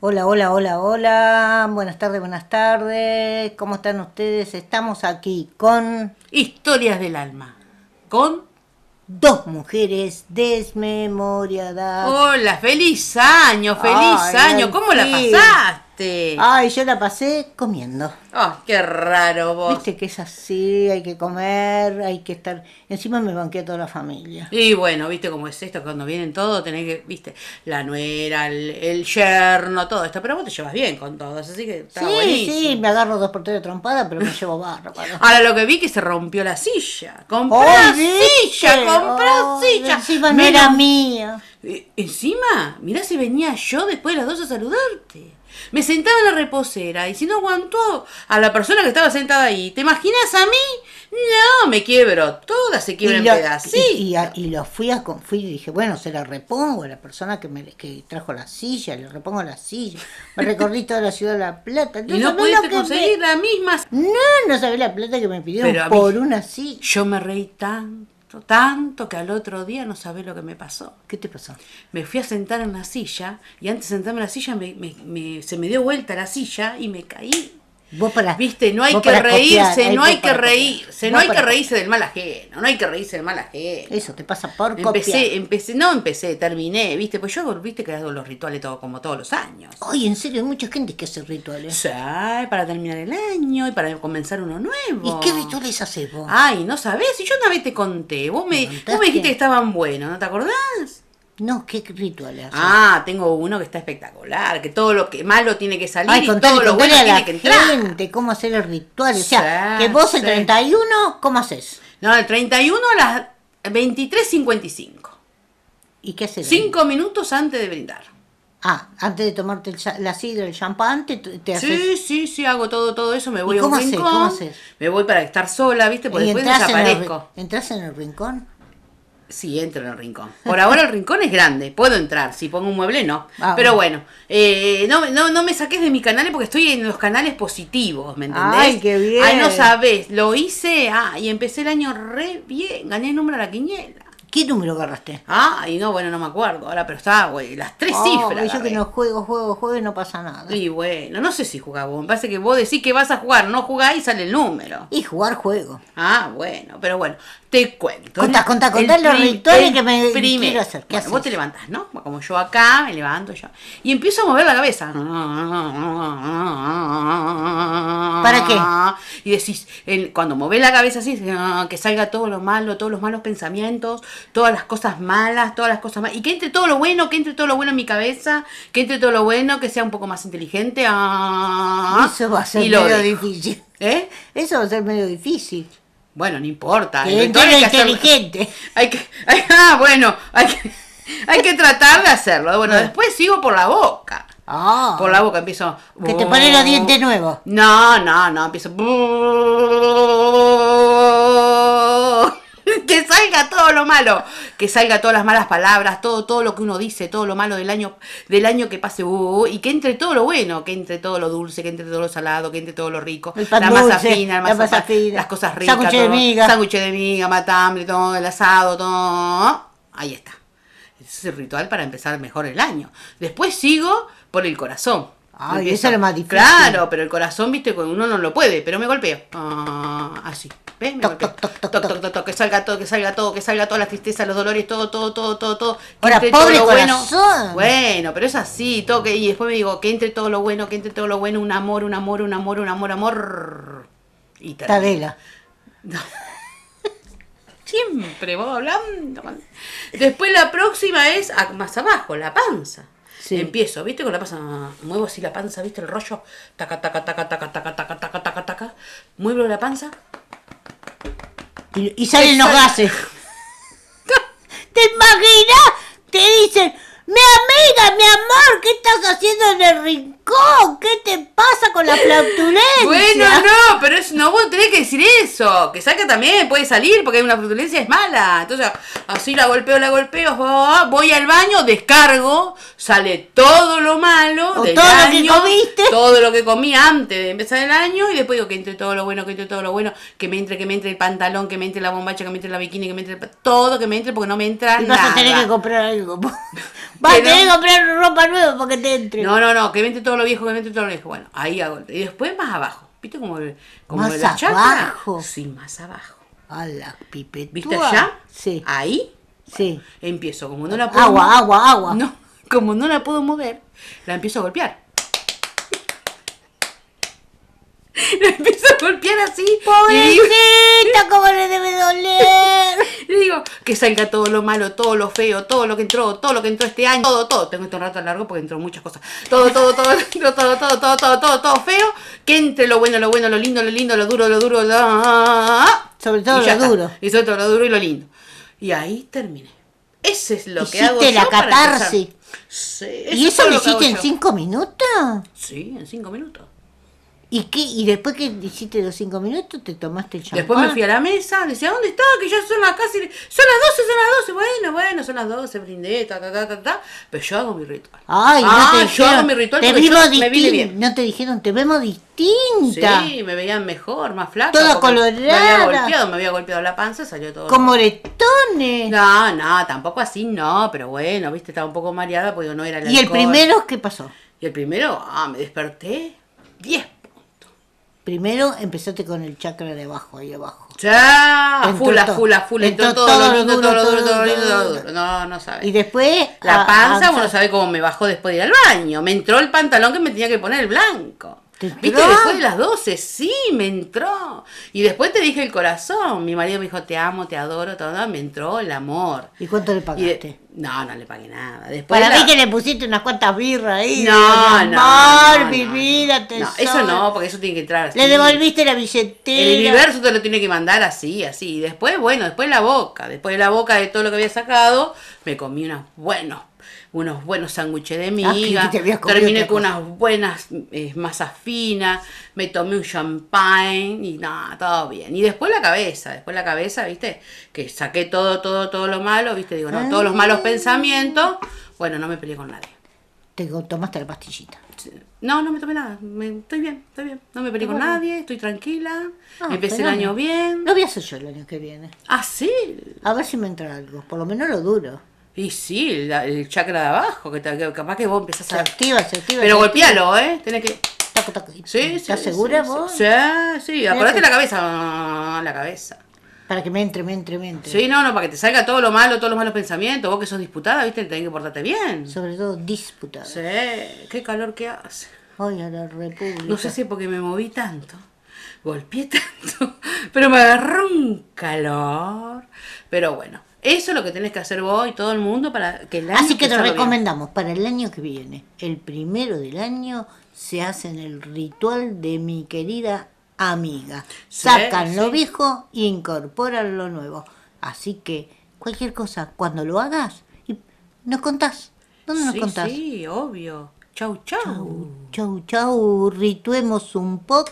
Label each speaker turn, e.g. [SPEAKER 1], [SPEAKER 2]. [SPEAKER 1] Hola, hola, hola, hola. Buenas tardes, buenas tardes. ¿Cómo están ustedes? Estamos aquí con
[SPEAKER 2] Historias del alma. Con.
[SPEAKER 1] dos mujeres desmemoriadas.
[SPEAKER 2] Hola, feliz año, feliz
[SPEAKER 1] Ay,
[SPEAKER 2] año.
[SPEAKER 1] ay,
[SPEAKER 2] ¿Cómo la
[SPEAKER 1] sí. Ah.
[SPEAKER 2] pasaste?
[SPEAKER 1] Ay, yo la pasé comiendo.
[SPEAKER 2] Oh, qué raro vos.
[SPEAKER 1] Viste que es así, hay que comer, hay que estar. Encima me banqué a toda la familia.
[SPEAKER 2] Y bueno, viste cómo es esto, cuando vienen todos tenés que, viste, la nuera, el, el yerno, todo esto, pero vos te llevas bien con todos, así que está
[SPEAKER 1] sí,
[SPEAKER 2] buenísimo.
[SPEAKER 1] sí, me agarro dos por tres de trompada, pero me llevo bárbaro.
[SPEAKER 2] Ahora lo que vi que se rompió la silla. Comprá
[SPEAKER 1] ¿viste?
[SPEAKER 2] silla, comprá
[SPEAKER 1] Oh,
[SPEAKER 2] silla.
[SPEAKER 1] Encima no
[SPEAKER 2] Menos
[SPEAKER 1] era mía.
[SPEAKER 2] Eh, Encima, mirá si venía yo después de las dos a saludarte. Me sentaba en la reposera y si no aguantó a la persona que estaba sentada ahí, ¿te imaginas a mí? No, me quiebro, toda se quiebra en
[SPEAKER 1] lo-
[SPEAKER 2] pedacitos.
[SPEAKER 1] y- y a- y lo fui a con- fui y dije, bueno, se la repongo a la persona que me que trajo la silla, le repongo la silla. Me recorrí toda la ciudad de La Plata.
[SPEAKER 2] Y no
[SPEAKER 1] sabés
[SPEAKER 2] pudiste
[SPEAKER 1] lo que
[SPEAKER 2] conseguir
[SPEAKER 1] me-
[SPEAKER 2] la misma.
[SPEAKER 1] no, no sabés la plata que me pidieron
[SPEAKER 2] Pero a mí-
[SPEAKER 1] por una silla.
[SPEAKER 2] Yo me reí tanto, tanto que al otro día no sabés lo que me pasó.
[SPEAKER 1] ¿Qué te pasó?
[SPEAKER 2] Me fui a sentar en la silla y antes de sentarme en la silla me- me- me- se me dio vuelta la silla y me caí.
[SPEAKER 1] Vos para
[SPEAKER 2] Viste, no hay
[SPEAKER 1] vos
[SPEAKER 2] que
[SPEAKER 1] para
[SPEAKER 2] reírse,
[SPEAKER 1] copiar,
[SPEAKER 2] no
[SPEAKER 1] vos
[SPEAKER 2] hay que
[SPEAKER 1] para copiar.
[SPEAKER 2] reírse, no
[SPEAKER 1] Vos
[SPEAKER 2] hay que
[SPEAKER 1] para
[SPEAKER 2] reírse del mal ajeno, no hay que reírse del mal ajeno.
[SPEAKER 1] Eso te pasa por copiar.
[SPEAKER 2] Empecé, empecé, no empecé, terminé, viste, pues yo hago- viste que hago los rituales todo, como todos los años.
[SPEAKER 1] Ay, en serio, hay mucha gente que hace rituales.
[SPEAKER 2] Sí, para terminar el año y para comenzar uno nuevo.
[SPEAKER 1] ¿Y qué rituales haces vos?
[SPEAKER 2] Ay, no sabés, si yo una vez te conté, vos
[SPEAKER 1] ¿Me
[SPEAKER 2] me, vos me dijiste
[SPEAKER 1] contaste?
[SPEAKER 2] que estaban buenos, ¿no te acordás?
[SPEAKER 1] No, ¿qué rituales haces?
[SPEAKER 2] Ah, tengo uno que está espectacular, que todo lo que malo tiene que salir
[SPEAKER 1] Ay,
[SPEAKER 2] y
[SPEAKER 1] contale,
[SPEAKER 2] todo lo bueno
[SPEAKER 1] contale a
[SPEAKER 2] tiene
[SPEAKER 1] la
[SPEAKER 2] que entrar.
[SPEAKER 1] gente cómo hacer el ritual. O sea,
[SPEAKER 2] Sí,
[SPEAKER 1] que vos el
[SPEAKER 2] sí.
[SPEAKER 1] 31, ¿cómo haces?
[SPEAKER 2] No, el 31 a las 23.55.
[SPEAKER 1] ¿Y qué haces?
[SPEAKER 2] Cinco minutos antes de brindar.
[SPEAKER 1] Ah, antes de tomarte el cha- la sidra, el champán, te, te haces...
[SPEAKER 2] Sí, sí, sí, hago todo, todo eso, me voy
[SPEAKER 1] ¿Y
[SPEAKER 2] a un
[SPEAKER 1] cómo haces?
[SPEAKER 2] rincón.
[SPEAKER 1] ¿Cómo haces?
[SPEAKER 2] Me voy para estar sola, ¿viste? Porque
[SPEAKER 1] y
[SPEAKER 2] después
[SPEAKER 1] entras en, el,
[SPEAKER 2] desaparezco.
[SPEAKER 1] ri- entras en el rincón.
[SPEAKER 2] Sí, entro en el rincón. Por ahora el rincón es grande, puedo entrar. Si pongo un mueble, no.
[SPEAKER 1] Ah,
[SPEAKER 2] Pero bueno, eh, no, no, no me saques de mi canal porque estoy en los canales positivos, ¿me entendés?
[SPEAKER 1] Ay, qué bien.
[SPEAKER 2] Ay, no sabés, lo hice ah, y empecé el año re bien, gané el número a la quiniela.
[SPEAKER 1] ¿Qué número agarraste?
[SPEAKER 2] Ah, y no, bueno, no me acuerdo ahora, pero estaba, güey, las tres cifras. eh.
[SPEAKER 1] Yo Oh, que
[SPEAKER 2] agarré.
[SPEAKER 1] no juego, juego, juego y no pasa nada.
[SPEAKER 2] Y bueno, no sé si jugás vos. Me parece que vos decís que vas a jugar, no jugás y sale el número.
[SPEAKER 1] Y jugar juego.
[SPEAKER 2] Ah, bueno, pero bueno, te cuento.
[SPEAKER 1] Contá, contá, contá
[SPEAKER 2] El
[SPEAKER 1] los
[SPEAKER 2] prim-
[SPEAKER 1] rituales
[SPEAKER 2] el
[SPEAKER 1] que me
[SPEAKER 2] primero.
[SPEAKER 1] quiero hacer. ¿Qué
[SPEAKER 2] Bueno,
[SPEAKER 1] haces?
[SPEAKER 2] vos te levantás, ¿no? Como yo acá, me levanto yo. Y empiezo a mover la cabeza.
[SPEAKER 1] ¿Para qué?
[SPEAKER 2] Y decís, el- cuando movés la cabeza así, ah, que salga todo lo malo, todos los malos pensamientos, todas las cosas malas, todas las cosas malas. Y que entre todo lo bueno, que entre todo lo bueno en mi cabeza, que entre todo lo bueno, que sea un poco más inteligente. ah.
[SPEAKER 1] Eso va a ser
[SPEAKER 2] Y lo
[SPEAKER 1] medio
[SPEAKER 2] dejo.
[SPEAKER 1] difícil.
[SPEAKER 2] ¿Eh?
[SPEAKER 1] Eso va a ser medio difícil.
[SPEAKER 2] Bueno, no importa.
[SPEAKER 1] Que
[SPEAKER 2] Ah, el
[SPEAKER 1] entre
[SPEAKER 2] ritual
[SPEAKER 1] lo
[SPEAKER 2] hay que hacer-
[SPEAKER 1] inteligente.
[SPEAKER 2] hay que, hay- ah, bueno, hay que, hay que tratar de hacerlo. Bueno, después sigo por la boca.
[SPEAKER 1] Ah,
[SPEAKER 2] Por la boca empiezo.
[SPEAKER 1] que te pones los dientes nuevos.
[SPEAKER 2] No, no, no, empiezo. Que salga todo lo malo, que salga todas las malas palabras, todo, todo lo que uno dice, todo lo malo del año, del año que pase, uh, y que entre todo lo bueno, que entre todo lo dulce, que entre todo lo salado, que entre todo lo rico,
[SPEAKER 1] El pan
[SPEAKER 2] la masa
[SPEAKER 1] dulce,
[SPEAKER 2] fina, el
[SPEAKER 1] la
[SPEAKER 2] masa
[SPEAKER 1] masa
[SPEAKER 2] pa-
[SPEAKER 1] fina,
[SPEAKER 2] las cosas ricas,
[SPEAKER 1] sándwiches de
[SPEAKER 2] todo,
[SPEAKER 1] miga.
[SPEAKER 2] sándwiches de miga, matambre, todo, el asado, todo. Ahí está. Ese es el ritual para empezar mejor el año. Después sigo por el corazón.
[SPEAKER 1] Ay,
[SPEAKER 2] Empiezo.
[SPEAKER 1] eso es lo más difícil.
[SPEAKER 2] Claro, pero el corazón, viste, cuando uno no lo puede, pero me golpeo. Ah, así. ¿Ves? Me
[SPEAKER 1] Toc,
[SPEAKER 2] golpeo.
[SPEAKER 1] toc, toc, toc,
[SPEAKER 2] Toc, toc, toc, toc, que salga todo, que salga todo, que salga todas las tristezas, los dolores, todo, todo, todo, todo, todo. Que
[SPEAKER 1] Ahora,
[SPEAKER 2] entre
[SPEAKER 1] pobre
[SPEAKER 2] todo lo
[SPEAKER 1] corazón.
[SPEAKER 2] Bueno. bueno, pero es así, todo que- y después me digo, que entre todo lo bueno, que entre todo lo bueno, un amor, un amor, un amor, un amor, amor. Y termino.
[SPEAKER 1] Tadela.
[SPEAKER 2] Siempre vos hablando. con- Después la próxima es a- más abajo, la panza.
[SPEAKER 1] Sí.
[SPEAKER 2] Empiezo, ¿viste? Con la panza. Muevo así la panza, ¿viste? El rollo. Taca, taca, taca, taca, taca, taca, taca, taca, taca. Muevo la panza.
[SPEAKER 1] Y, y salen los
[SPEAKER 2] Sale-
[SPEAKER 1] gases. ¿Te imaginas? Te dicen, mi amiga, mi amor, ¿qué estás haciendo en el rincón? Chicos, ¿qué te pasa con la flatulencia?
[SPEAKER 2] Bueno, no, pero es, no vos tenés que decir eso. Que saca también, puede salir, porque hay una flatulencia es mala. Entonces, así la golpeo, la golpeo, va, voy al baño, descargo, sale todo lo malo
[SPEAKER 1] O
[SPEAKER 2] del
[SPEAKER 1] todo lo que
[SPEAKER 2] año,
[SPEAKER 1] comiste.
[SPEAKER 2] todo lo que comí antes de empezar el año, y después digo que entre todo lo bueno, que entre todo lo bueno, que me entre, que me entre el pantalón, que me entre la bombacha, que me entre la bikini, que me entre el pa- todo, que me entre, porque no me entra
[SPEAKER 1] Y vas
[SPEAKER 2] nada.
[SPEAKER 1] a tener que comprar algo. Vas a
[SPEAKER 2] Pero-
[SPEAKER 1] tener que comprar ropa nueva para que te entre.
[SPEAKER 2] No, no, no, que vente todo lo viejo, que vente todo lo viejo. Bueno, ahí hago. Y después más abajo. ¿Viste como, el- como
[SPEAKER 1] ¿Más
[SPEAKER 2] la chakra?
[SPEAKER 1] abajo?
[SPEAKER 2] Sí, más abajo.
[SPEAKER 1] A la pipetúa.
[SPEAKER 2] ¿Viste allá? Ah.
[SPEAKER 1] Sí,
[SPEAKER 2] Ahí
[SPEAKER 1] sí.
[SPEAKER 2] empiezo. Como no la puedo.
[SPEAKER 1] Agua, agua, agua.
[SPEAKER 2] No, como no la puedo mover, la empiezo a golpear. La empiezo a golpear así. Y digo,
[SPEAKER 1] Pobrecita, cómo le debe doler.
[SPEAKER 2] le digo que salga todo lo malo, todo lo feo, todo lo que entró, todo lo que entró este año, todo, todo. Tengo este rato largo porque entró muchas cosas. Todo, todo, todo, todo, todo, todo, todo, todo, todo, todo feo. Que entre lo bueno, lo bueno, lo lindo, lo lindo, lo duro, lo ah, duro, lo...
[SPEAKER 1] Sobre todo
[SPEAKER 2] ah. Y ya
[SPEAKER 1] lo
[SPEAKER 2] está.
[SPEAKER 1] duro.
[SPEAKER 2] Y sobre todo lo duro y lo lindo. Y ahí terminé. Ese es lo que hago
[SPEAKER 1] Hiciste la
[SPEAKER 2] yo para empezar.
[SPEAKER 1] catarsis.
[SPEAKER 2] Sí,
[SPEAKER 1] ¿Y eso
[SPEAKER 2] es
[SPEAKER 1] lo
[SPEAKER 2] que hago
[SPEAKER 1] hiciste en
[SPEAKER 2] yo.
[SPEAKER 1] cinco minutos?
[SPEAKER 2] Sí, en cinco minutos.
[SPEAKER 1] ¿Y qué? ¿Y después que hiciste los cinco minutos te tomaste el champán?
[SPEAKER 2] Después me fui a la mesa, le decía, ¿dónde está? Que ya son las casi. Son las 12, son las 12. Bueno, bueno, son las 12, brindé, ta, ta, ta, ta, ta. Pero yo hago mi ritual.
[SPEAKER 1] Ay, no
[SPEAKER 2] Ah,
[SPEAKER 1] te
[SPEAKER 2] yo
[SPEAKER 1] dijeron,
[SPEAKER 2] hago mi ritual
[SPEAKER 1] te
[SPEAKER 2] porque yo
[SPEAKER 1] vimos
[SPEAKER 2] me vine
[SPEAKER 1] distin-
[SPEAKER 2] bien.
[SPEAKER 1] No te dijeron, te vemos distinta.
[SPEAKER 2] Sí, me veían mejor, más flaca.
[SPEAKER 1] Toda
[SPEAKER 2] porque Me había
[SPEAKER 1] colorada.
[SPEAKER 2] golpeado, me había golpeado la panza, salió todo.
[SPEAKER 1] Con moretones.
[SPEAKER 2] No, no, tampoco así, no, pero bueno, viste, estaba un poco mareada porque no era el
[SPEAKER 1] ¿Y el
[SPEAKER 2] alcohol.
[SPEAKER 1] primero qué pasó?
[SPEAKER 2] Y el primero, ah, me desperté. 10.
[SPEAKER 1] Primero empezaste con el chakra de abajo, ahí abajo.
[SPEAKER 2] Ya, a
[SPEAKER 1] Entró
[SPEAKER 2] full, a
[SPEAKER 1] todo.
[SPEAKER 2] full, a full, entró todo, lo lindo, todo lo duro, todo lo lindo, todo lo duro. No, no sabes.
[SPEAKER 1] Y después...
[SPEAKER 2] La
[SPEAKER 1] a-
[SPEAKER 2] panza,
[SPEAKER 1] a-
[SPEAKER 2] bueno, sabe cómo me bajó después de ir al baño. Me entró el pantalón que me tenía que poner el blanco.
[SPEAKER 1] ¿Te
[SPEAKER 2] ¿Viste?
[SPEAKER 1] entró?
[SPEAKER 2] Después de las 12, sí, me entró. Y después te dije el corazón. Mi marido me dijo, te amo, te adoro, todo. Me entró el amor.
[SPEAKER 1] ¿Y cuánto le
[SPEAKER 2] Y de-
[SPEAKER 1] pagaste?
[SPEAKER 2] No, no le pagué nada. Después
[SPEAKER 1] Para
[SPEAKER 2] la-
[SPEAKER 1] mí que le pusiste unas cuantas birras ahí.
[SPEAKER 2] No,
[SPEAKER 1] mi
[SPEAKER 2] no,
[SPEAKER 1] amor,
[SPEAKER 2] no, no,
[SPEAKER 1] mi
[SPEAKER 2] no.
[SPEAKER 1] vida,
[SPEAKER 2] No,
[SPEAKER 1] tesoro.
[SPEAKER 2] eso no, porque eso tiene que entrar así.
[SPEAKER 1] Le devolviste la
[SPEAKER 2] El
[SPEAKER 1] billetera.
[SPEAKER 2] universo te lo tiene que mandar así, así. Y después, bueno, después la boca. Después de la boca de todo lo que había sacado, me comí unos buenos, unos buenos sándwiches de miga.
[SPEAKER 1] Ah, que te habías comido
[SPEAKER 2] terminé
[SPEAKER 1] otra
[SPEAKER 2] con
[SPEAKER 1] cosa.
[SPEAKER 2] unas buenas eh, masas finas. Me tomé un champagne y nada, todo bien. Y después la cabeza, después la cabeza, viste, que saqué todo, todo, todo lo malo, viste, digo, no, todos
[SPEAKER 1] Ah.
[SPEAKER 2] los malos pensamientos. Bueno, no me peleé con nadie.
[SPEAKER 1] Te tomaste la pastillita.
[SPEAKER 2] No, no me tomé nada. Me- estoy bien, estoy bien. No me peleé con
[SPEAKER 1] Bueno.
[SPEAKER 2] nadie, estoy tranquila.
[SPEAKER 1] Ah,
[SPEAKER 2] Empecé el
[SPEAKER 1] fenómeno.
[SPEAKER 2] año bien.
[SPEAKER 1] Lo voy a hacer yo el año que viene.
[SPEAKER 2] Ah, sí.
[SPEAKER 1] A ver si me entra algo. Por lo menos lo duro.
[SPEAKER 2] Y sí, la- el chakra de abajo, que, te- que capaz que vos empezás
[SPEAKER 1] Se
[SPEAKER 2] a...
[SPEAKER 1] activa, se activa.
[SPEAKER 2] Pero
[SPEAKER 1] se-
[SPEAKER 2] golpealo, ¿eh? Tenés que...
[SPEAKER 1] tac, tac.
[SPEAKER 2] Sí, sí.
[SPEAKER 1] ¿Estás segura
[SPEAKER 2] sí,
[SPEAKER 1] vos?
[SPEAKER 2] Sí, sí. Acordate
[SPEAKER 1] que-
[SPEAKER 2] la cabeza. ah, La cabeza.
[SPEAKER 1] Para que me entre, me entre, me entre.
[SPEAKER 2] Sí, no, no, para que te salga todo lo malo, todos los malos pensamientos. Vos que sos disputada, ¿viste? Tenés que portarte bien. Sí.
[SPEAKER 1] Sobre todo disputada.
[SPEAKER 2] Qué calor que hace.
[SPEAKER 1] Hoy a la República.
[SPEAKER 2] No sé si es porque me moví tanto, golpeé tanto, pero me agarró un calor. Pero bueno, eso es lo que tenés que hacer vos y todo el mundo para que el año
[SPEAKER 1] Así que te
[SPEAKER 2] empezarlo bien.
[SPEAKER 1] recomendamos para el año que viene, el primero del año, se hacen el ritual de mi querida amiga.
[SPEAKER 2] Sí,
[SPEAKER 1] Sacan lo
[SPEAKER 2] sí.
[SPEAKER 1] viejo e incorporan lo nuevo. Así que cualquier cosa, cuando lo hagas, y nos contás. ¿Dónde nos
[SPEAKER 2] sí,
[SPEAKER 1] contás?
[SPEAKER 2] Sí, obvio. Chau, chau.
[SPEAKER 1] Chau, chau, rituemos un poco.